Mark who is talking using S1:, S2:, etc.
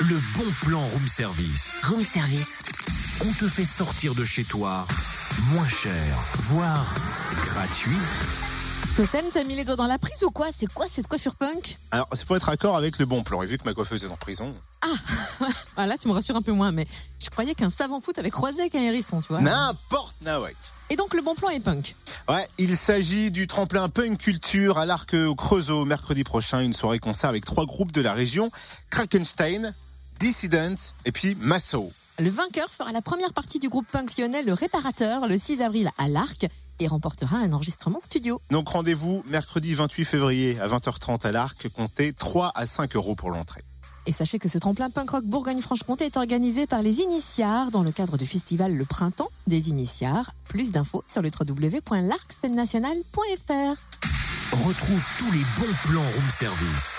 S1: Le bon plan room service.
S2: Room service.
S1: On te fait sortir de chez toi moins cher, voire gratuit.
S3: Totem, t'as mis les doigts dans la prise ou quoi C'est quoi cette coiffure punk
S4: Alors, c'est pour être accord avec le bon plan. Et vu que ma coiffeuse est en prison.
S3: Ah là, tu me rassures un peu moins, mais je croyais qu'un savant foot avait croisé avec un hérisson, tu vois.
S4: N'importe Nawak.
S3: Et donc, le bon plan est punk.
S4: Ouais, il s'agit du tremplin Punk Culture à l'Arc au Creusot mercredi prochain, une soirée concert avec trois groupes de la région Krakenstein, Dissident et puis Masso.
S3: Le vainqueur fera la première partie du groupe punk lyonnais Le Réparateur le 6 avril à l'Arc et remportera un enregistrement studio.
S4: Donc rendez-vous mercredi 28 février à 20h30 à l'Arc, comptez 3 à 5 euros pour l'entrée.
S3: Et sachez que ce tremplin punk rock Bourgogne-Franche-Comté est organisé par les Initiards dans le cadre du festival Le Printemps des Initiards. Plus d'infos sur le www.larcscenenationale.fr.
S1: Retrouve tous les bons plans room service.